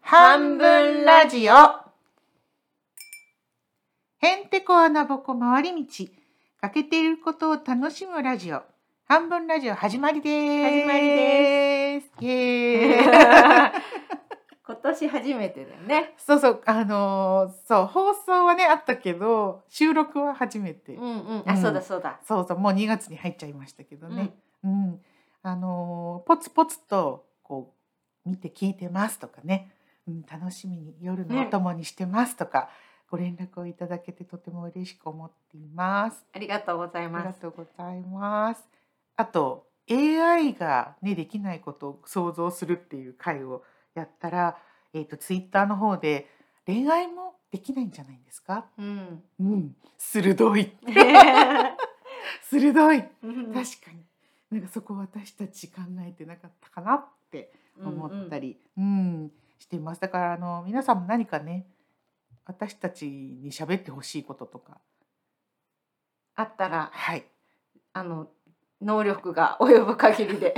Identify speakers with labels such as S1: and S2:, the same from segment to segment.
S1: 半分ラジオ。へんてこ穴ぼこ回り道。欠けていることを楽しむラジオ。半分ラジオ始まりです。。
S2: 始まりです
S1: イ エーイ。
S2: 今年初めてだよね。
S1: そうそう、あのーそう、放送はね、あったけど、収録は初めて。
S2: うんうん。
S1: う
S2: あ、
S1: ん
S2: そうだそうだ。
S1: そうそう、もう2月に入っちゃいましたけど
S2: うん
S1: ね。。うん、あのーポツポツと、こう、見て聞いてますとかね。うん、楽しみに夜のお供にしてますとか、ご連絡をいただけてとても嬉しく思っています。
S2: ありがとうござい
S1: ありが
S2: ます。
S1: とうございます。あと AI がねできないことを想像するっていう回をやったら、えっ、とツイッターの方で恋愛もできないんじゃないですか？
S2: うん。
S1: うん、鋭い、鋭い、確かに。なんかそこ私たち考えてなかったかなって思った
S2: り。
S1: り、うん、しています。だからあの皆さんも何かね、私たちに喋ってほしいこととか、
S2: あったら、
S1: はい、
S2: あの、能力が及ぶ限りで。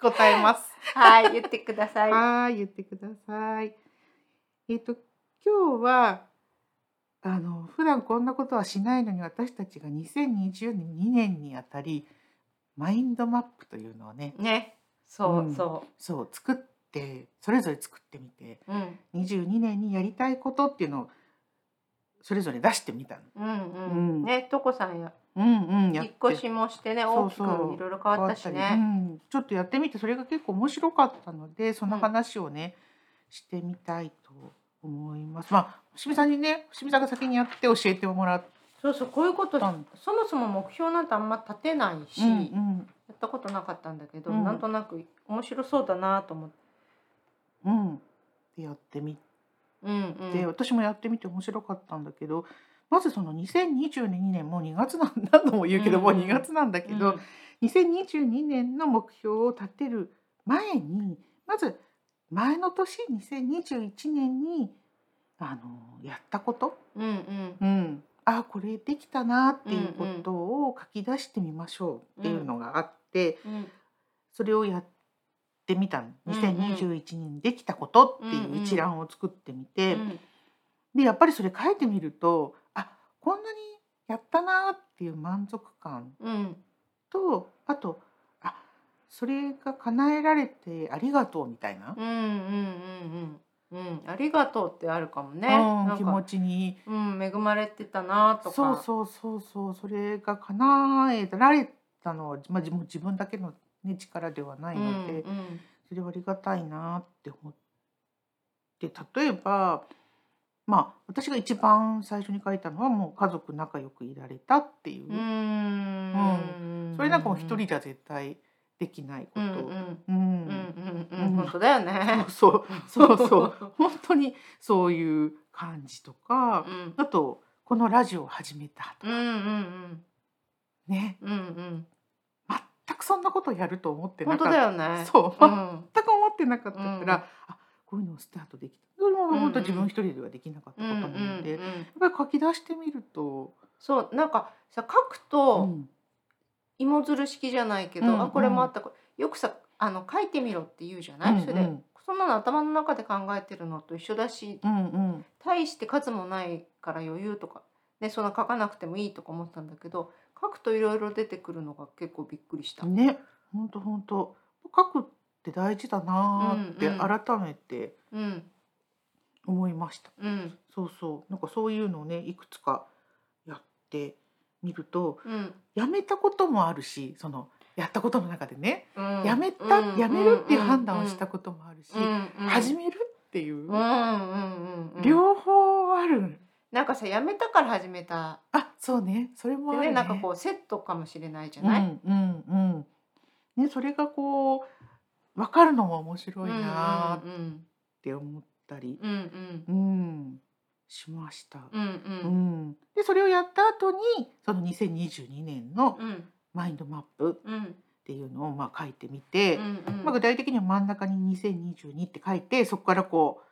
S1: 答えます。
S2: はい、言ってください。は
S1: はい、言ってください。えっ、と今日はあの普段こんなことはしないのに私たちが2020年2年にあたりマインドマップというのをね、
S2: い。ね。そう、
S1: うん
S2: そ
S1: そう作ってそれぞれ作ってみて
S2: う。うん。
S1: 22年にやりたいことっていうのをそれぞれ出してみたの。
S2: うんう
S1: うん
S2: ん。ね、とこさんや、
S1: うんうん、や
S2: 引っ越しもしてね、
S1: そう
S2: 大きくい
S1: そう
S2: ろいろ変わったし
S1: 変わったりう
S2: ね。
S1: ん、ちょっとやってみてそれが結構面白かったのでその話をね、してみたいと思います。まあ伏見さんにね伏見さんが先にやって教えてもらっ
S2: そうそう、こういうこと
S1: た。んで
S2: そもそも目標なんてあんま立てないし。
S1: うんうん
S2: やったことなかったんだけど、
S1: うん
S2: なんとなく面白そうだなと思って。
S1: うん、でやってみ
S2: うんうん
S1: て、私もやってみて面白かったんだけどまずその2022年もう2月なん 何度も言うけど、もう2月なんだけど、2022年の目標を立てる前にまず前の年2021年にあのやったこと、
S2: うんうん
S1: うん、あこれできたなっていうことを書き出してみましょうっていうのがあって、
S2: うん
S1: それをやってみたの
S2: うんうん
S1: 2021年できたことっていう一覧を作ってみて、
S2: うん
S1: でやっぱりそれ書いてみるとあこんなにやったなっていう満足感
S2: うん
S1: とあとあそれが叶えられてありがとうみたいな、
S2: うんうんうんうんありがとうってあるかもね。
S1: うん
S2: なん
S1: 気持
S2: か
S1: ちに
S2: うん恵まれてたなとか。
S1: そうそうそうそうそれが叶えられたのは、まあ、自分自分だけの、ね、力ではないので、
S2: うんうん
S1: それはありがたいなって思って例えばまあ私が一番最初に書いたのはもう家族仲良くいられたっていう、
S2: うーん
S1: それなんかもう一人じゃ絶対できないこと。
S2: うんうん
S1: うん
S2: うんうんうん
S1: うん
S2: 本当だよね。
S1: そうそうそうそう本当にそういう感じとか
S2: う、ん
S1: あとこのラジオを始めたと
S2: うんう
S1: か
S2: ん
S1: ね、
S2: うんうん
S1: 全くそんなことやると思って
S2: うん
S1: な
S2: 本
S1: か
S2: 当
S1: っ
S2: だ
S1: た、
S2: よね。
S1: そう
S2: う
S1: 全
S2: ん
S1: く思ってなかったから、
S2: うん
S1: あこういうのをスタートできたそれも本当
S2: うんうん
S1: 自分一人ではできなかった
S2: う
S1: こ
S2: んう
S1: と
S2: ん
S1: なので、
S2: う
S1: やっ
S2: ん
S1: ぱり書き出してみると、
S2: そうなんかさ書く
S1: う
S2: と
S1: ん
S2: 芋づる式じゃないけど、
S1: うん
S2: あこれもあったこれよくさあの書いてみろって言うじゃない、
S1: うんうん
S2: それでそんなの頭の中で考えてるのと一緒だし
S1: うんうん
S2: 大して数もないから余裕とか、ね、そんな書かなくてもいいとか思ったんだけど書くといろいろ出てくるのが結構びっくりした。
S1: ね本当本当書くって大事だなーって
S2: うんうん
S1: 改めて
S2: うん
S1: 思いました。
S2: うん
S1: そうそうなんかそういうのをねいくつかやってみると
S2: うん
S1: やめたこともあるしそのやったことの中でね、
S2: うん
S1: やめた、
S2: うん
S1: やめるっていう判断をしたこともあるし、
S2: うんうん
S1: 始めるっていう、
S2: うんうんうんうん
S1: 両方ある
S2: なんかさやめたから始めた
S1: あそうねそれ
S2: っ
S1: もある
S2: てね
S1: ね
S2: なんかこうセットかもしれないじゃ
S1: うん
S2: ない、
S1: うんうんねそれがこう分かるのも面白いなーっ
S2: うんうん
S1: て思ったり、
S2: うんうん
S1: うん、しました。
S2: う
S1: う
S2: んうん
S1: ん、でそれをやった後にその2022年の
S2: うん
S1: マインドマップ
S2: うん
S1: っていうのをまあ書いてみて、
S2: うん
S1: まあ、具体的には真ん中に2022って書いてそこからこう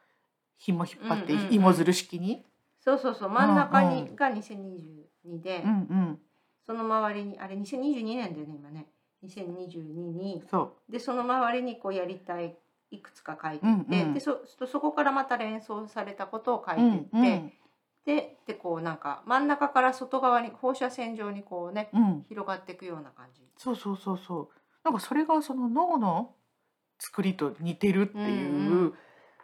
S1: 紐引っ張って
S2: うんうんうん
S1: 紐づる式に、
S2: そうそうそう真ん中
S1: う
S2: に
S1: ん
S2: が2022で、
S1: うんうん、
S2: その周りにあれ2022年だよね今ね2022に
S1: そう
S2: でその周りにこうやりたいいくつか書いて
S1: うん
S2: いて、でそそこからまた連想されたことを書いて
S1: う
S2: い
S1: ん
S2: って、ででこうなんか真ん中から外側に放射線状にこうね
S1: うんうん、
S2: 広がっていくような感じ。
S1: そうそうそうそうなんかそれがその脳の作りと似てるって
S2: うん
S1: いうう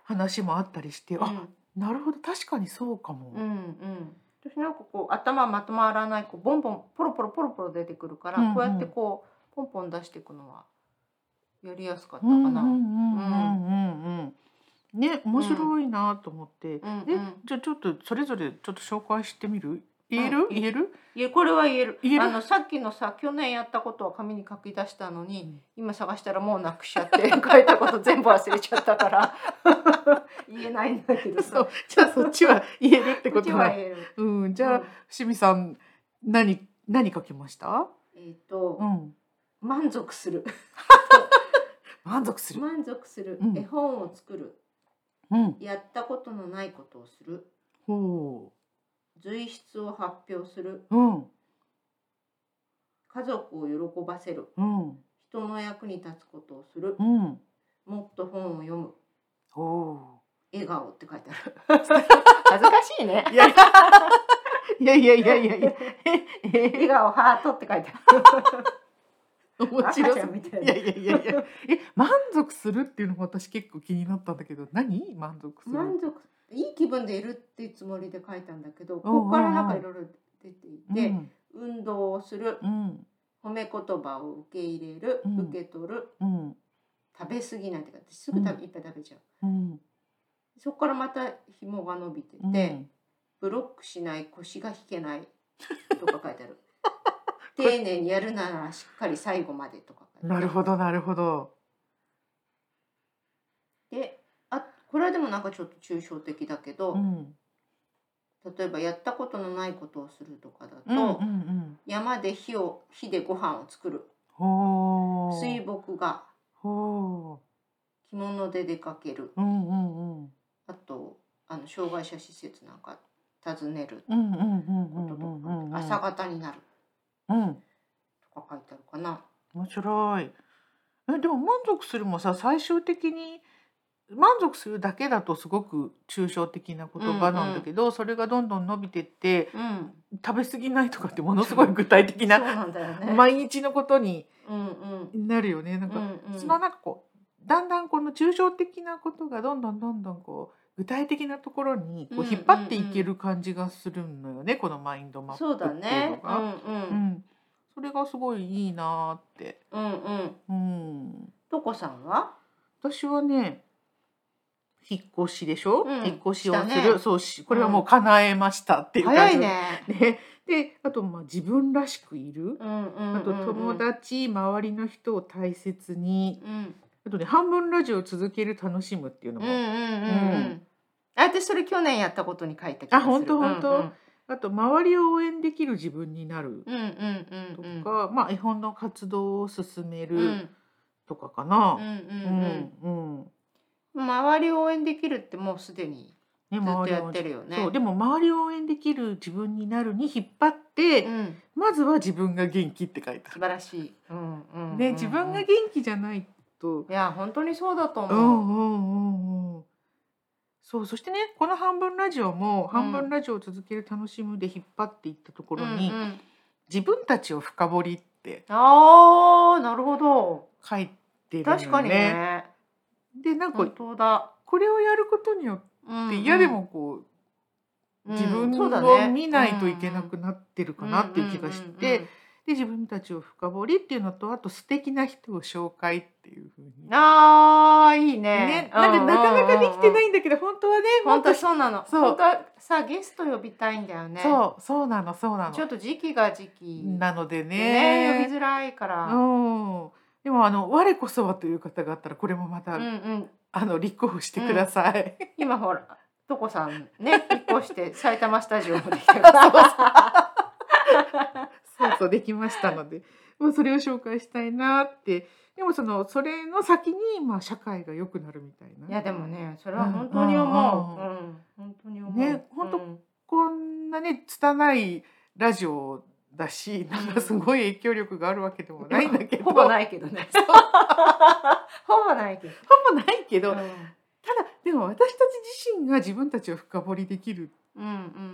S1: 話もあったりして、あなるほど確かにそうかも。
S2: うんうん、私なんかこう頭まとまらないこうボンボンポロポロポロポロ出てくるから、
S1: うんうん
S2: こうやってこうポンポン出していくのはやりやすかった
S1: うん
S2: か
S1: うんう
S2: な。うん
S1: んうんうんうんね面白いなと思って、
S2: うん
S1: えじゃあちょっとそれぞれちょっと紹介してみる言える、
S2: うん
S1: 言える
S2: いやこれは言える
S1: 言える
S2: あのさっきのさ去年やったことを紙に書き出したのに、今探したらもうなくしちゃって 書いたこと全部忘れちゃったから 言えないんだけど
S1: そ
S2: さ
S1: う じゃあそっちは言えるってこと
S2: こっちは
S1: は
S2: 言える。
S1: うんじゃあ、
S2: うん
S1: しみさん何何書きました、
S2: えっ、と、
S1: うん、
S2: 満足する
S1: 満足する、
S2: 満足する、
S1: うん
S2: 絵本を作る
S1: うん、
S2: やったことのないことをする
S1: ほ
S2: 随筆を発表する
S1: ううん
S2: 家族を喜ばせる
S1: うん
S2: 人の役に立つことをする
S1: うん
S2: もっと本を読む
S1: おお
S2: 笑顔って書いてあ る恥ずかしいね
S1: いやいやいやいやいや いやえ
S2: 笑顔ハートって書いてあ
S1: え
S2: る
S1: 面
S2: 赤
S1: 白
S2: ち
S1: そ
S2: ゃ
S1: うん
S2: みたい
S1: い
S2: な
S1: やいやいやいやえ満足するっていうのも私結構気になったんだけど何満足する
S2: 満足いい気分でいるっていうつもりで書いたんだけど
S1: うんうん
S2: ここからなんかいろいろ出ていて、
S1: うん
S2: 運動をする
S1: うん
S2: 褒め言葉を受け入れる、
S1: うん
S2: 受け取る
S1: うん
S2: 食べ過ぎないってかすぐ食べ、いっぱい食べちゃう
S1: うん
S2: そこからまた紐が伸びてて、
S1: うん
S2: ブロックしない腰が引けない とか書いてある丁寧にやるならしっかり最後までとか書いてあ
S1: なるほどなるほど
S2: であこれはでもなんかちょっと抽象的だけど、
S1: うん
S2: 例えばやったことのないことをするとかだと、
S1: うんうんうん
S2: 山で火を火でご飯を作る
S1: ほう
S2: 水墨画
S1: ほ
S2: 着物で出かける
S1: ううんうんうん
S2: あとあの障害者施設なんか訪ねる
S1: うんうんうんう
S2: こ
S1: ん
S2: とと
S1: うん
S2: か、
S1: うん
S2: 朝方になる
S1: うん
S2: とか書いてあるかな。
S1: 面白い。えでも満足するもさ最終的に満足するだけだとすごく抽象的な言葉なんだけど、それがどんどん伸びてって
S2: うん、
S1: 食べ過ぎないとかってものすごい具体的
S2: そう
S1: な
S2: なんだよね。
S1: 毎日のことに
S2: うんうん。
S1: なるよね。なん
S2: う
S1: か、
S2: んうん、
S1: そのなんかこうだんだんこの抽象的なことがどんどんどんどんこう具体的なところにこ
S2: う
S1: うん引っ張っていける感じがするのよね、このマインドマップ
S2: そう
S1: ってい
S2: だ
S1: うのが。
S2: ね。うん
S1: う
S2: うん。
S1: ん、それがすごいいいなーって。
S2: うんうん。
S1: うん
S2: とこさんは？
S1: 私はね引っ越しでしょ、
S2: うん
S1: 引っ越しをす
S2: した
S1: る、
S2: ね
S1: そうしこれはもう叶えましたっていう感じ、
S2: 早いね。
S1: ねであとまあ自分らしくいる、
S2: うんうんうんうん。
S1: あと友。達周りの人を大切に
S2: うん
S1: あとね半分ラジオを続ける楽しむっていうの
S2: うんうんう
S1: も、
S2: ん
S1: う
S2: うん。あ私それ去年やったことに書いた気がする。
S1: あほんとほんと
S2: うんうん
S1: あと周りを応援できる自分になる
S2: うんうん
S1: と
S2: うんうん。
S1: か、まあ絵本の活動を進め
S2: うんうん
S1: るとかかな。
S2: う
S1: う
S2: んうん。
S1: うんうん
S2: 周りを応援できるってもうすでに
S1: ね、
S2: ずっと
S1: 周り
S2: や
S1: を
S2: ってるよね。
S1: そうでも周りを応援できる自分になるに引っ張って、
S2: うん、
S1: まずは自分が元気って書いてあ
S2: 素
S1: る。
S2: 晴らしい。うんうんうんうん
S1: ね、自分が元気じゃないと。
S2: いや本当にそうだと
S1: う
S2: 思
S1: ん
S2: う。
S1: うんうんうん。そう、そしてね、この半分ラジオも、半分ラジオを続ける楽しむで引っ張っていったところに。
S2: うんうん
S1: 自分たちを深掘りって
S2: ああなるほど。
S1: 書いてるのよね。
S2: 確かにね。
S1: で、なんか
S2: 本、当だ。
S1: これをやることによ
S2: うん
S1: って、嫌でもこう。
S2: うん
S1: 自分
S2: そうだ
S1: を
S2: ね
S1: 見ないといけなくなってるかなっていう気がして、
S2: うんうんうん
S1: で自分たちを深掘りっていうのとあと素敵な人を紹介っていう風に
S2: うんああいいね
S1: ね、なんかなかなかできてないいんだけど、本当はね、もっ
S2: 本
S1: と
S2: 当そうなの
S1: そう
S2: 本当はさゲスト呼びたいんだよね
S1: そう、そうなの、そうな
S2: ちょっ
S1: の。
S2: と時期が時期
S1: なので
S2: で
S1: ね。
S2: 呼びづらいから、
S1: う
S2: うん
S1: ん。でも、あの、我こそはという方があったら、これもまた、
S2: うん
S1: あの、立候補してください。
S2: 今ほらとこさん ね引っ越して埼玉スタジオまで来たから
S1: そうそう、できましたので。もうそれを紹介したいなって。でも、その、それの先に、まあ、社会が良くなるみたいな。
S2: いやでもねそれは本当に思う、
S1: う
S2: うんん本当に思う
S1: ね本当
S2: うん
S1: こんなね、拙いラジオをだしなんかすごい影響力があるわけでもないんだけど
S2: ほぼないけどね ほぼないけど、
S1: ほぼないけど、
S2: うん
S1: ただでも私たち自身が自分たちを深掘りできる
S2: うんう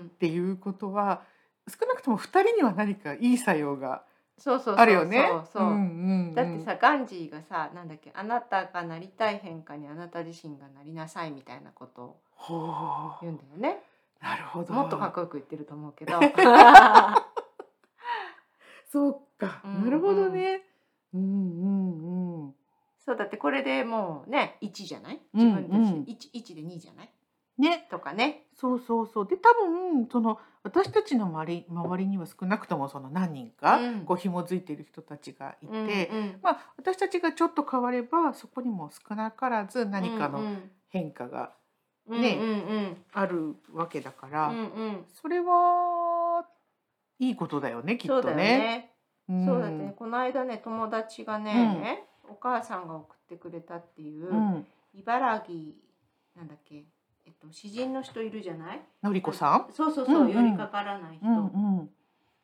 S2: ん
S1: っていうことは少なくとも2人には何かいい作用が
S2: そうそうそう
S1: あるよね。
S2: そうそう、
S1: うんうんうん
S2: だってさガンジーがさなんだっけあなたがなりたい変化にあなた自身がなりなさいみたいなことを
S1: ほう
S2: 言うんだよね
S1: なるほど
S2: もっとかっこよく言ってると思う けど
S1: そうか、
S2: うんうん
S1: なるほどね。うんうんうん。
S2: そうだってこれでもうね1じゃない
S1: うん
S2: 自分た
S1: うん
S2: ちで 1, 1で2じゃない
S1: ね、
S2: とかね
S1: そうそうそう。で多分その私たちの周り周りには少なくともその何人か、
S2: うん
S1: こう紐づいている人たちがいて、
S2: うんうん
S1: まあ私たちがちょっと変わればそこにも少なからず何かの変化がね
S2: うんうん
S1: あるわけだか
S2: う
S1: ら、
S2: んうんうん
S1: それはいいことだよねきっ
S2: そう
S1: と
S2: だよ
S1: ね。
S2: ね
S1: うん
S2: そうだねこの間ね友達がねお母さんが送ってくれたっていう
S1: うん、
S2: 茨城なんだっけえっと詩人の人いるじゃない
S1: のりこさん。
S2: そうそうそう
S1: うんうん
S2: 寄りかからない人
S1: うんうん。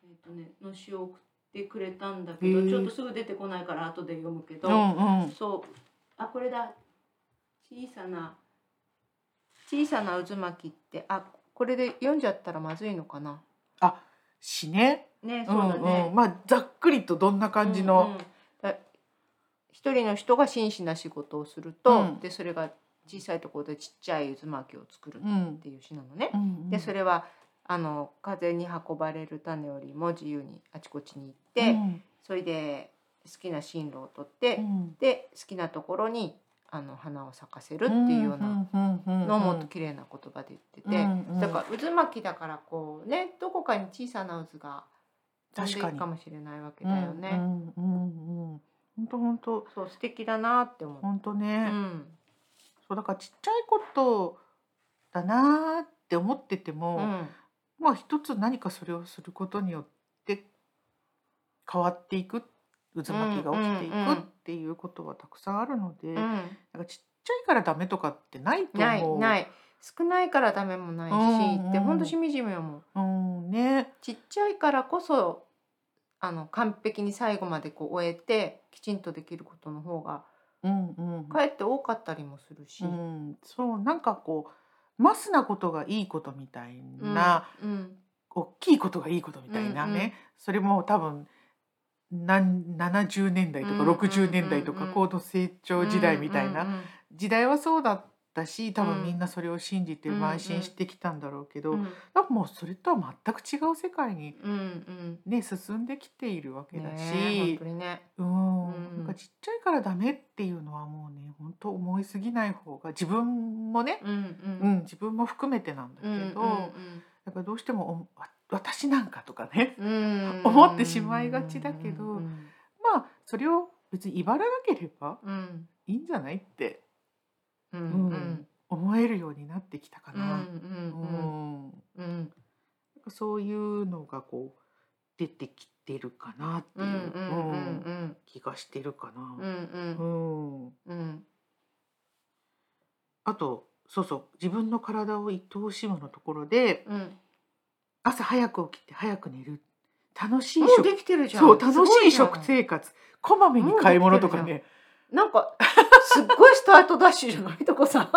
S2: えっとねの詩を送ってくれたんだ
S1: へ
S2: けど
S1: ー
S2: ちょっとすぐ出てこないから後で読むけ
S1: う
S2: ど
S1: んうん。
S2: そうあこれだ小さな小さな渦巻きってあこれで読んじゃったらまずいのかな
S1: しね。
S2: ねそうだね、
S1: んうん、まあざっくりとどんな感じ
S2: うんう
S1: の、
S2: んだ一人の人が真摯な仕事をすると、
S1: うん
S2: でそれが小さいところでちっちゃい渦巻きを作る
S1: う
S2: っ
S1: ん
S2: ていう詩なのね。
S1: うん
S2: でそ
S1: れ
S2: れはあの風に運ばれる種よりも自由にあちこちに行って、
S1: うん
S2: それで好きな進路をとって、
S1: うん
S2: で好きなところにあの花を咲かせる
S1: う
S2: っ
S1: ん
S2: ていうようなのをもっと
S1: う
S2: 綺麗な言葉で言って
S1: ん
S2: て、
S1: うんうん
S2: だから渦巻きだからこうねどこかに小さな渦が飛んで
S1: 確
S2: い
S1: か
S2: く
S1: に
S2: かもしれないわけだよね。
S1: うんうんうん本当本当
S2: そう素敵だなって思う。
S1: 本当
S2: う
S1: ね、
S2: ん。
S1: そうだからちっちゃいことだなーって思ってて
S2: う
S1: も、
S2: ん。
S1: まあ一つ何かそれをすることによって変わっていく渦巻きが起きてい
S2: うんうんう
S1: く
S2: ん
S1: っていうことはたくさんあるので、
S2: う
S1: なん
S2: ん
S1: かちっちゃいからダメとかってないと
S2: ない
S1: 思う。。
S2: ないい少ないからダメもないし、
S1: うんうん
S2: で本当しみじみ思う。
S1: うんね。
S2: ちっちゃいからこそあの完璧に最後までこう終えてきちんとできることの方が
S1: うんうん。
S2: かえって多かったりもするし。
S1: うん、そうなんかこうマスなことがいいことみたいな、
S2: うん
S1: 大きいことがいいことみたいなね、
S2: うんうん
S1: それも多分なん70年代と
S2: うん
S1: か
S2: うんうんうん
S1: 60年代とか高度成長時代みたいな、
S2: うんうん
S1: 時代はそうだったし多
S2: うん
S1: 分みんなそれを信じて
S2: うんうん
S1: 邁進してきたんだろうけど、
S2: うん
S1: なんかもうそれとは全く違う世界に、
S2: うんうん
S1: ね、進んできているわ
S2: う
S1: け
S2: ん
S1: だ
S2: ねえ本
S1: し
S2: 当。にね
S1: うん
S2: うん
S1: なんかちっちゃいからダメっていうのはもうね本当思いすぎない方が自分もね、
S2: うんう
S1: うんん、自分も含めてなんだけ
S2: うん
S1: ど、だからどうしてもおわ私なんかとかね
S2: うんうん
S1: 思ってしまいがちだけど
S2: うん
S1: まあそれを別に威張らなければ
S2: うん
S1: いいんじゃないって
S2: うんう
S1: うんん思えるようになってきたか
S2: うんうん
S1: な。
S2: うん
S1: うん
S2: うん
S1: そういうのがこう出てきてるかなって
S2: う
S1: い
S2: んう
S1: う、うん
S2: ん
S1: 気がしてるか
S2: うんうんう
S1: な。
S2: ん
S1: うん
S2: うん
S1: あとそうそう自分の体を愛おしむのところで
S2: うん
S1: 朝早く起きて早く寝る楽しい
S2: もう
S1: 食
S2: できてるじゃん
S1: そう
S2: す
S1: 楽
S2: ご
S1: しい
S2: じゃん
S1: 食生活こまめに買い物とかね
S2: なんかすっごいスタートダッシュじゃないとこさ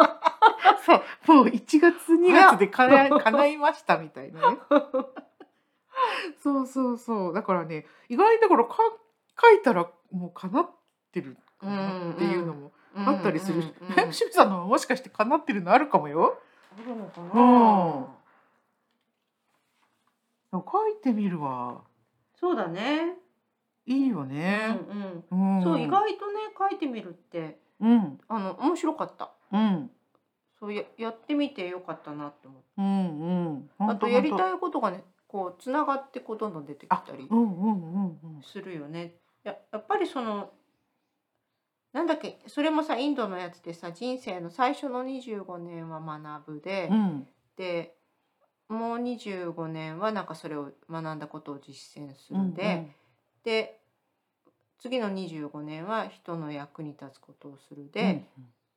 S1: そうもう1月2月で叶え
S2: 早っ
S1: 叶いましたみたいなねそうそうそうだからね意外にだからか書いたらもう叶ってるかなっていうのもあったりするし、
S2: うんうんうん
S1: え清 水さんのはもしかして叶ってるのあるかもよ
S2: あるのかな
S1: うん書いてみるわ
S2: そうだね
S1: いいよ
S2: う
S1: ね、
S2: ん
S1: うん
S2: うんそう意外とね書いてみるって
S1: うん
S2: あの面白かった
S1: うん
S2: そうややってみてよかったなって思って
S1: うんうんほ
S2: あ
S1: んと
S2: とやり
S1: ほんと
S2: たいことがねこうつながってこうどんどん出てきたり
S1: うんうんうんうん
S2: するよねややっぱりそのなんだっけそれもさインドのやつでさ人生の最初の25年は学ぶで、
S1: うん
S2: でもう25年はなんかそれを学んだことを実践するで、で次の25年は人の役に立つことをするで、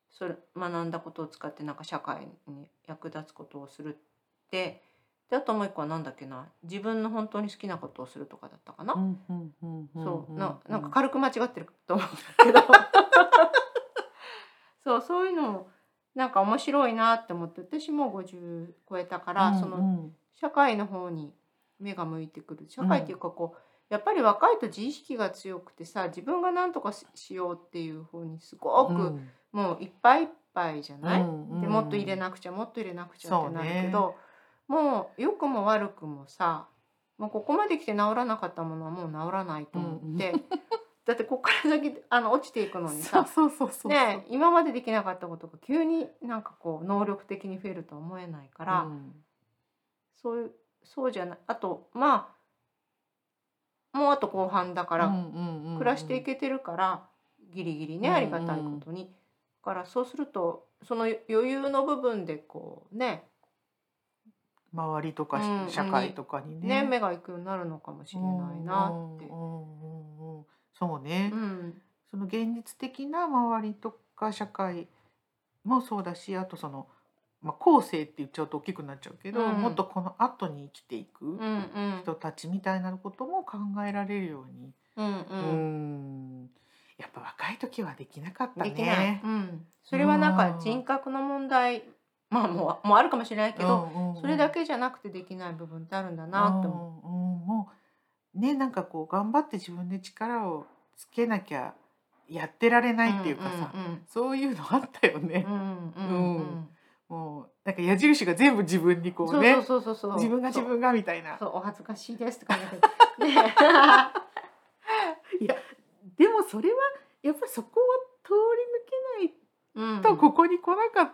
S2: それ学んだことを使ってなんか社会に役立つことをするってであともう一個はなんだっけな自分の本当に好きなことをするとかだったかな、
S1: うんうんうんうん
S2: そう
S1: うん
S2: ななんか軽く間違ってると思うんだけど そうそういうのもなんか面白いなって思って私もう50超えたから、その
S1: の
S2: 社会の方に目が向いてくる社会っていうかこう、やっぱり若いと自意識が強くてさ自分が何とかししようっていう方にすごく、もういっぱいいっぱいじゃない、でもっと入れ
S1: い
S2: なくちゃもっと入れなくちゃ
S1: そ
S2: っ
S1: う
S2: て
S1: ね
S2: なるけど、もう良くも悪くもさもうここまで来て治らなかったものはもう治らないと思って、 だってここから先あの落ちていくのに
S1: そう
S2: さ
S1: そうそうそう
S2: ね、今までできなかったことが急になんかこう能力的に増えるとは思えないから、
S1: うん
S2: そういうそうじゃないあとまあもうあと後半だから、
S1: うんうんうんうん
S2: 暮らしていけてるからギリギリね、
S1: うんうん
S2: ありがたいことにだからそうするとその余裕の部分でこうね
S1: 周りとかし
S2: うん
S1: 社会とかに
S2: ね
S1: ね
S2: 目が行くようになるのかもしれないなって
S1: う。んうんうんうんそうね
S2: うん
S1: その現実的な周りとか社会もそうだしあとそのまあ後世って言っちゃうと大きくなっちゃうけど
S2: うん
S1: もっとこの後に生きていく
S2: うんうん
S1: 人たちみたいなことも考えられるように
S2: うん
S1: う
S2: うん
S1: んやっぱ若い時はできなかった
S2: できない、
S1: ね
S2: う。ん、それはなんか人格の問題まあもうもうあるかもしれないけど、それだ
S1: け
S2: けじゃなくてできない部分ってあるんだなって思う。
S1: もうねなんかこう頑張って自分で力をつけなきゃやってられないっていうかさ、
S2: うん
S1: そういうのあったよね。
S2: うんうんうんうんうん
S1: もうなんか矢印が全部自分にこ
S2: そうう
S1: ね
S2: そうそうそうそう
S1: 自分が自分がみたいな
S2: そうお恥ずかしいですって感じだけどね
S1: でもそれはやっぱりそこを通り抜け
S2: うん
S1: ないとここに来なかっ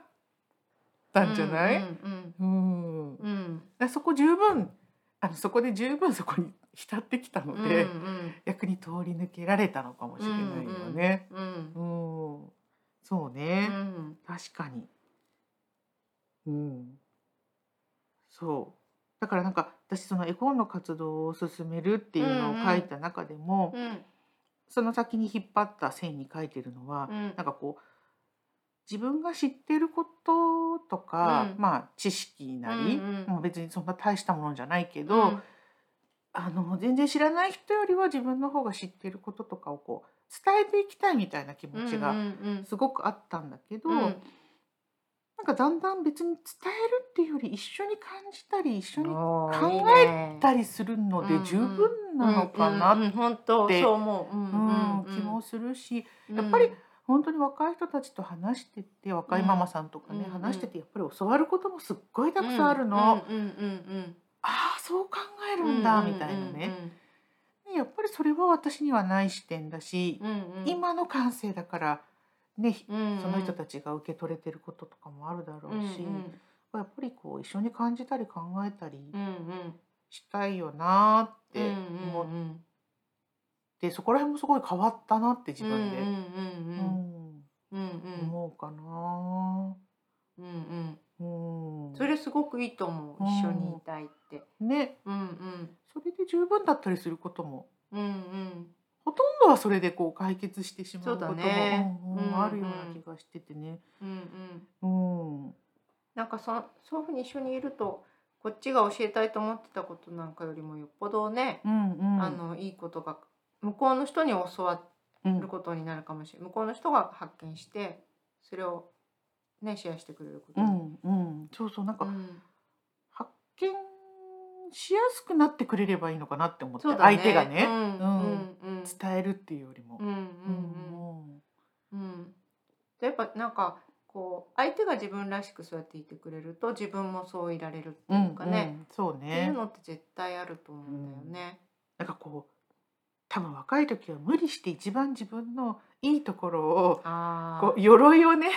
S1: たんじゃない、
S2: うんうん
S1: うんだか
S2: うんうん
S1: らそこ十分あのそこで十分そこに浸ってきた
S2: う
S1: の
S2: ん
S1: で、
S2: うん
S1: 逆に通り抜けられたのかもしれないよね。
S2: うん
S1: うんそう
S2: う
S1: ね、
S2: ん
S1: 確かに。うん。そう。だからなんか私その絵本の活動を進めるっていうのを書いた中でも、
S2: うん
S1: その先に引っ張った線に書いてるのは、
S2: うん
S1: なんかこう自分が知ってることとか、
S2: うん
S1: まあ知識なり、
S2: うんうん
S1: まあ別にそんな大したものじゃないけど、
S2: うん
S1: あの全然知らない人よりは自分の方が知ってることとかをこう伝えていきたいみたいな気持ち
S2: う
S1: が
S2: んうん
S1: すごくあったんだけど、
S2: うん
S1: なんかだんだん別に伝えるっていうより一緒に感じたり一緒に
S2: 考
S1: え
S2: え
S1: たりするので十分なのかな
S2: うんうんうん本当そう思ううんうん
S1: うん気もするし
S2: うん
S1: やっぱり本当に若い人たちと話してて若いママさんとかね、
S2: うん
S1: 話しててやっぱり教わることもすっごいたくさんあるの、あ
S2: うんうんうん
S1: あそう考える
S2: うん
S1: んだみたいなね、やっぱりそれは私にはない視点だし
S2: う、んうんうん
S1: 今の感性だからね、
S2: うんうん
S1: その人たちが受け取れてることとかもあるだろうし、
S2: うん
S1: やっぱりこう一緒に感じたり考えたり
S2: うんうん
S1: したいよなーって
S2: うん
S1: 思って、
S2: うんうん
S1: そこら辺もすごい変わったなって自分で、
S2: う
S1: う
S2: んう
S1: ん
S2: んうんうんうん
S1: 思うかな
S2: うんうん
S1: ー、うん、
S2: それすごくいいと思う
S1: うん
S2: 一緒にいたいって
S1: ね
S2: うんうん
S1: それで十分だったりすることも
S2: うんうん
S1: ほとんどはそれでこう解決してしまうことも
S2: そうだね
S1: うんうん
S2: うんうん
S1: あるような気がしててね。
S2: うんうん
S1: うん
S2: なんかそそういうふうに一緒にいるとこっちが教えたいと思ってたことなんかよりもよっぽどね、
S1: うんうん、
S2: あのいいことが向こうの人に教わ
S1: うん
S2: ることになるかもしれない、向こうの人が発見してそれをねシェアしてくれることに、
S1: うんうん、そうそうなんか、
S2: うん
S1: 発見しやすくなってくれればいいのかなって思って、
S2: そうだね
S1: 相手がね、
S2: うんうんうん
S1: 伝えるっていうよりも。
S2: うんうんうんうん、やっぱなんかこう相手が自分らしくそうやっていてくれると自分もそういられるって
S1: うん
S2: いうかね、
S1: うんそう
S2: ってい
S1: ね
S2: うのって絶対あると思うんだよね。
S1: なんかこう多分若い時は無理して一番自分のいいところを
S2: あ
S1: こう鎧をね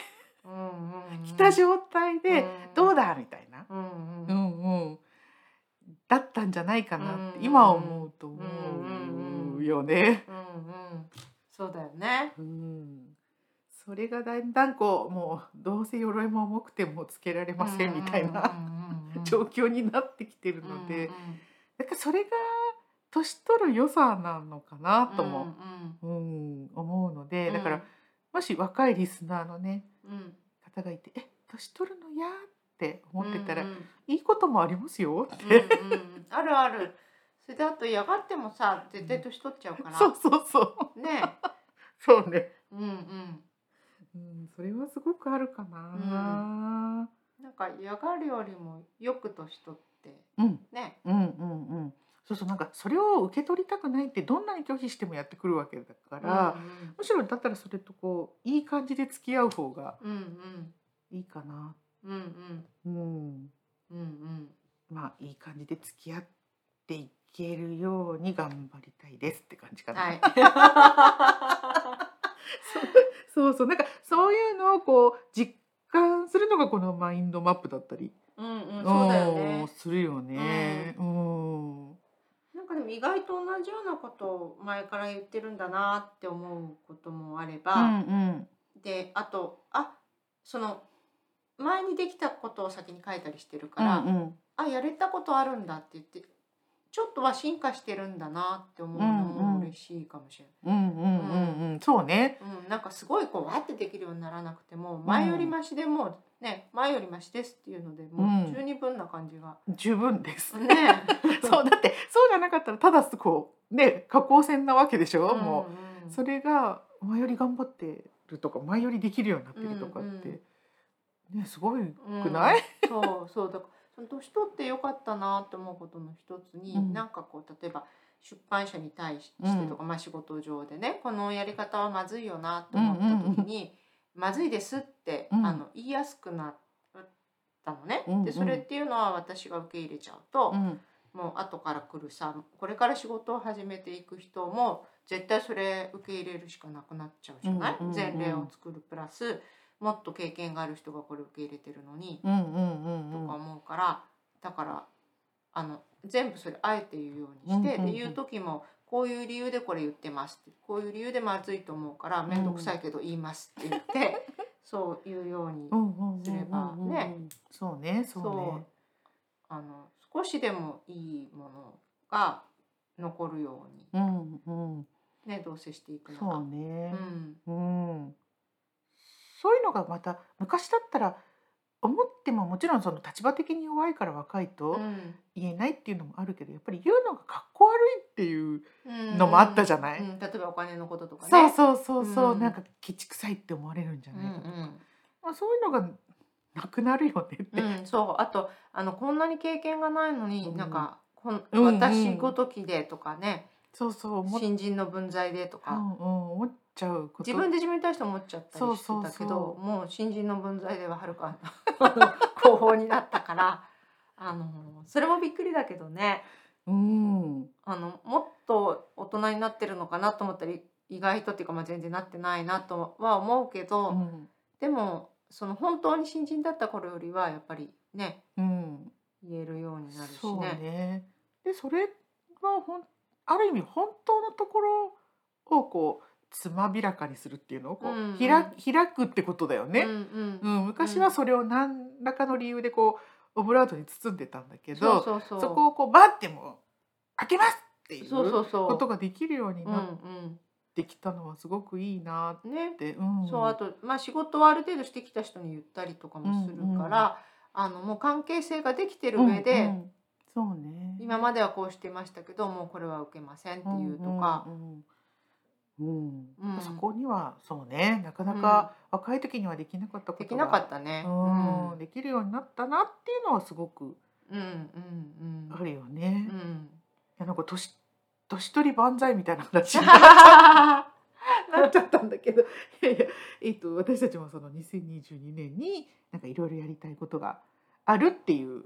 S2: あ、うんうんうん、
S1: 着た状態で、どう
S2: だ、
S1: だみたいな、
S2: うん
S1: う
S2: う
S1: んんうん、だったんじゃないかなって、
S2: うん
S1: 今思うと
S2: うんうん
S1: 思
S2: うん
S1: うよね。
S2: うんうん、そうだよね。
S1: うんそれがだんだんこうもうどうせ鎧も重くてもつけられませんみたいな
S2: な
S1: 状況になってきてるので、だからそれが年取る良さなのかなとも、うん思うので、だからもし若いリスナーのね
S2: うん
S1: 方がいて「え年取るのや」っって思ってたら、
S2: うんうん
S1: いいこともありますよって、
S2: うんうんあるある。それであとやがってもさ絶対年取っちゃう から。
S1: そうそうそう
S2: ね。
S1: そうね、
S2: うんうん。
S1: うん、それはすごくあるかな、
S2: なんか嫌がるよりもよく年取って
S1: うん、うん
S2: ね。
S1: うんうんそうそうなんかそれを受け取りたくないってどんなに拒否してもやってくるわけだから、むしろだったらそれとこういい感じで付き合う方が
S2: うんうん
S1: いいかな、
S2: うんうん
S1: うん、
S2: うんうん。
S1: まあいい感じで付き合っていけるように頑張りたいですって感じかな。
S2: はい。
S1: そうそうなんかそういうのをこう実感するのがこのマインドマップだったり、
S2: うんうんそうだよ
S1: うん
S2: ね。
S1: するよね。うん、
S2: なんかでも意外と同じようなことを前から言ってるんだなって思うこともあれば。
S1: うん
S2: であとあその前にできたことを先に書いたりしてる
S1: う
S2: から、
S1: ん
S2: あやれたことあるんだって言ってちょっとは進化してるんだなって思うのも嬉しいかもしれ
S1: うんうんうんうんうんそうね。
S2: ない、うんなんかすごいこうわってできるようにならなくても前よりマシでもうね前よりマシですっていうのでも
S1: うん
S2: う十二分な感じが、
S1: 十分です。
S2: ね
S1: そうだってそうじゃなかったらただこうね下降線なわけでしょ、もう。
S2: んん
S1: それが前より頑張ってるとか前よりできるようになってるとかって、
S2: うん
S1: ねすごい、
S2: うん
S1: くない
S2: そうそうだからその年取ってよかったなって思うことの一つに、
S1: うん
S2: なんかこう例えば出版社に対ししてとか、まあ仕事上でねこのやり方はまずいよなと思った時に、まずいですって、
S1: うん
S2: あの言いやすくなったのね。
S1: うんうん
S2: でそれっていうのは私が受け入れちゃうと、
S1: ん、
S2: もう後から来るさこれから仕事を始めていく人も絶対それ受け入れるしかなくなっちゃうじゃない、
S1: うんうんうん
S2: 前例を作るプラスもっと経験がある人がこれ受け入れてるのに、
S1: うんうんうんう
S2: と
S1: ん
S2: か思うからだからあの全部それあえて言うようにして、
S1: うんうんうん
S2: で言う時もこういう理由でこれ言ってますってこういう理由でまずいと思うから面倒くさいけど言いますって言って、 そう言うように、
S1: うんうんうんうん
S2: すればね
S1: そうねそうね
S2: あの少しでもいいものが残るように。
S1: うんうん
S2: ね、どうせしていくの
S1: そう
S2: が。
S1: ね
S2: う
S1: う
S2: ん、
S1: ん、そういうのがまた昔だったら思ってももちろんその立場的に弱いから若いと言えないっていうのもあるけどやっぱり言うのがかっこ悪いっていう
S2: うん
S1: のもあったじゃない、
S2: うん、例えばお金のこととかね。
S1: そうそうそうそう、
S2: うん
S1: なんかケチくさいって思われるんじゃ
S2: う
S1: ない
S2: ん
S1: かとか、まあ、そういうのがなくなるよねって、
S2: うん、うん、そう、あと、あの、こんなに経験がないのに、
S1: うん
S2: なんか。こん
S1: うんうん
S2: 私ごときでとかね、
S1: そうそう思っ,、
S2: 新人の分際でと
S1: うんう
S2: か、
S1: ん、思っちゃうこと
S2: 自分で自分に対して思っちゃったりしてたけど
S1: そうそうそう
S2: もう新人の分際でははるか後方になったからあのそれもびっくりだけどね
S1: うん
S2: あのもっと大人になってるのかなと思ったり意外とっていうか、まあ、全然なってないなとは思うけど、
S1: うん
S2: でもその本当に新人だった頃よりはやっぱりね
S1: うん
S2: 言えるようになるし
S1: そう
S2: ね。
S1: ねでそれはほんある意味本当のところをこうつまびらかにするっていうのをこう、
S2: うんうん
S1: 開開くってことだよ
S2: う
S1: ね、
S2: んうん
S1: うん昔はそれを何らかの理由でこうオブラートに包んでたんだけど
S2: そうそうそう
S1: そこをこうバッてもう開けますっていう
S2: そうそうそう
S1: ことができるように
S2: うん
S1: なってきたのはすごくいいなっ
S2: うんね
S1: て、うん
S2: そうあとまあ仕事をある程度してきた人に言ったりとかもするから、あのもう関係性ができてる上で、
S1: うんうんそうね
S2: 今まではこうしてましたけどもうこれは受けませんっていうとか、
S1: うんうんうん
S2: うん
S1: そこにはそうねなかなか若い時にはできなかったことが
S2: できなかったね。
S1: うんできるようになったなっていうのはすごく
S2: うんうんうん
S1: あるよね。
S2: う
S1: い
S2: ん
S1: やなんか年年取り万歳みたいな話になっちゃったんだ けどいやいや、えっと私たちもその2022年になんかいろいろやりたいことがあるっていう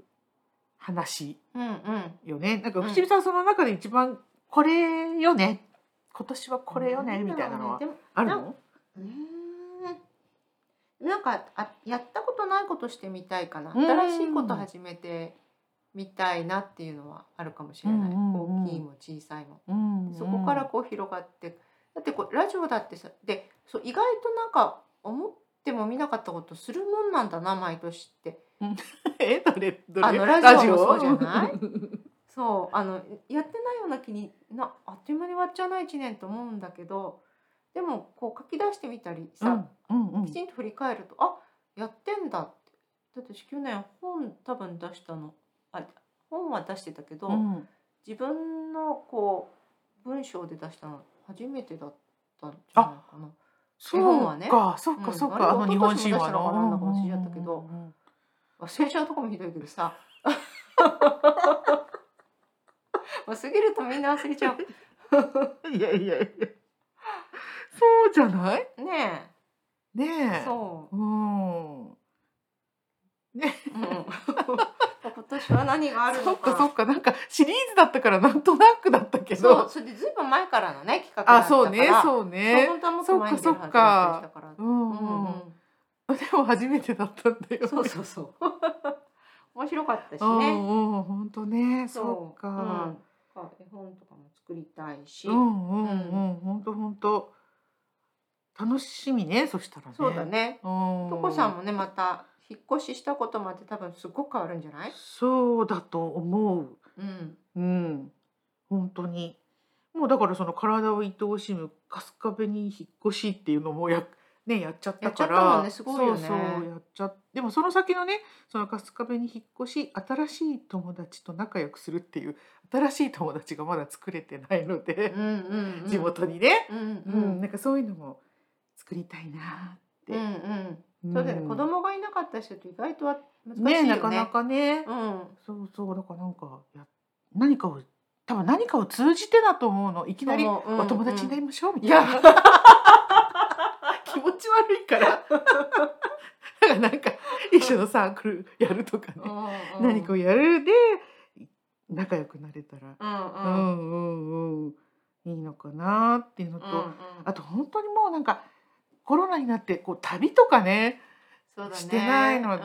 S1: 話
S2: うんうん
S1: よねなんか
S2: うん
S1: 伏見さんその中で一番これよね今年はこれよね
S2: ん
S1: み
S2: だ
S1: た
S2: ろ
S1: いうな
S2: ね
S1: のは
S2: でも
S1: ある
S2: な
S1: の
S2: うーんなんかあやったことないことしてみたいかな
S1: うん
S2: 新しいこと始めてみたいなっていうのはあるかもしれない、
S1: うんうんうん
S2: 大きいも小さいも、
S1: うんうん
S2: そ こからこう広がってだってこうラジオだってさでそう意外となんか思っても見なかったことするもんなんだな毎年って
S1: えどれどれ
S2: あのラジオもそうじゃ
S1: ラ
S2: な
S1: ジオ
S2: そうあのやってないような気になあっという間に終わっちゃうな1年と思うんだけどでもこう書き出してみたりさ、
S1: うんうんうん
S2: きちんと振り返るとあやってんだってだって私去年本多分出したのあ本は出してたけど、
S1: うん
S2: 自分のこう文章で出したの初めてだったんじゃないかな。
S1: そ
S2: 日本はね
S1: うか、そうか、
S2: うん
S1: そうか、あの
S2: あれ
S1: 日本神話
S2: おととしも出したのかななんか
S1: の。
S2: 忘れちゃったけど
S1: うんうんうんうん
S2: 忘れちゃうとこもひどいけどさ。 もう過ぎるとみんな忘れちゃう。
S1: いやいやいや。そうじゃない。
S2: ね
S1: ね
S2: え、
S1: え。。
S2: そう
S1: ん。
S2: う。うん、 今年は何がある
S1: そ
S2: の
S1: っ
S2: か
S1: か、そっか、なんかシリーズだったから、なんとなくだったけ
S2: そう
S1: ど。
S2: それでずいぶん前からのね企画だ
S1: あ、
S2: ったか
S1: そ
S2: ら
S1: うね、そうね。
S2: 本当はもっと前に出るはずだったから
S1: うん、
S2: う
S1: うんん、
S2: う
S1: うん。でも、初めてだったんだよ。
S2: んそうそうそう 面白かったし
S1: うん、
S2: ね
S1: うん、本当ね、
S2: そう
S1: そうか。
S2: うん、絵本とかも作りたいし、
S1: うん、うん、うん、本当、本当。楽しみね、そしたらね。
S2: そうだ。ね
S1: うん。
S2: とこさんもねまた引っ越ししたこともあって多分すごく変わるんじゃない、
S1: そうだと思う。
S2: うん、
S1: うん、本当に。もうだからその体を愛おしむ春日部に引っ越しっていうのもや,、ね、やっちゃったから
S2: やっちゃったもんねすごいよね
S1: そうそうやっちゃっでもその先のねその春日部に引っ越し新しい友達と仲良くするっていう新しい友達がまだ作れてないので
S2: う、んうんうん
S1: 地元にね、
S2: うん
S1: う
S2: うんん
S1: なんかそういうのも作りたいなって。
S2: うんうんそうだよね、
S1: ん
S2: 子供がいなかった人って意外とは難しいよね
S1: ねなかなかね、
S2: うん
S1: そうそうだからなんかや何かを多分何かを通じてだと思うのいきなり
S2: そううん
S1: お友達になりましょうみ
S2: い
S1: たいな、
S2: や
S1: 気持ち悪いから だからなんか一緒のサークルやるとか
S2: う
S1: ね、
S2: んうん
S1: 何かをやるで仲良くなれたら、う
S2: うんうん
S1: んうんうんいいのかなっていうのと、あと本当にもうなんかコロナになってこう旅とかね
S2: そうだね
S1: してないので、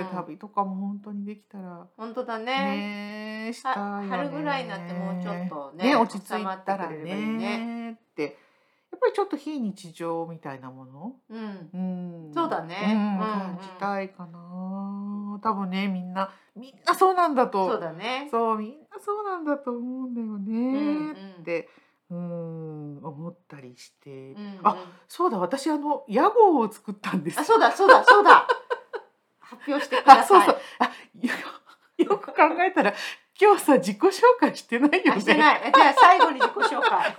S2: うんうん
S1: 旅とかも本当にできたら
S2: 本当だね
S1: ねえ、したいよ
S2: は
S1: ね
S2: 春ぐらいになってもうちょっとね
S1: ね落ち着
S2: 収
S1: い
S2: まって
S1: た
S2: く
S1: ら
S2: れればいいね
S1: ねってやっぱりちょっと非日常みたいなもの、
S2: うん
S1: うん、
S2: そうだね
S1: うん
S2: うんうん
S1: 感じたいかな多分ねみんなみんなそうなんだと
S2: そうだね
S1: そうみんなそうなんだと思うんだよ
S2: うんうん
S1: ね、ってうん思ったりして、
S2: うんうん
S1: あそうだ私あの屋号を作ったんです
S2: あそうだそうだそうだ 発表してくださ
S1: あ
S2: い
S1: そうそうあよ よく考えたら今日さ自己紹介してないよ
S2: あ
S1: ね
S2: してないえじゃあ最後に自己紹介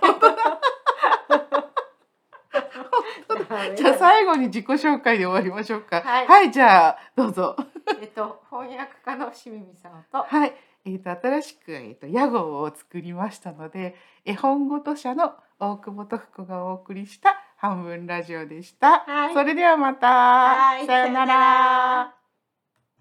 S1: じゃあ最後に自己紹介で終わりましょうか。
S2: はい
S1: じゃあどうぞ。
S2: えっと翻訳家のしみみさんと
S1: はい。えっ、と新しくえっ、と屋号を作りましたので、絵本ごと社の大久保徳子がお送りした半分ラジオでした。
S2: はい
S1: それではまた。
S2: はい
S1: さよう
S2: さような
S1: な
S2: ら
S1: ら。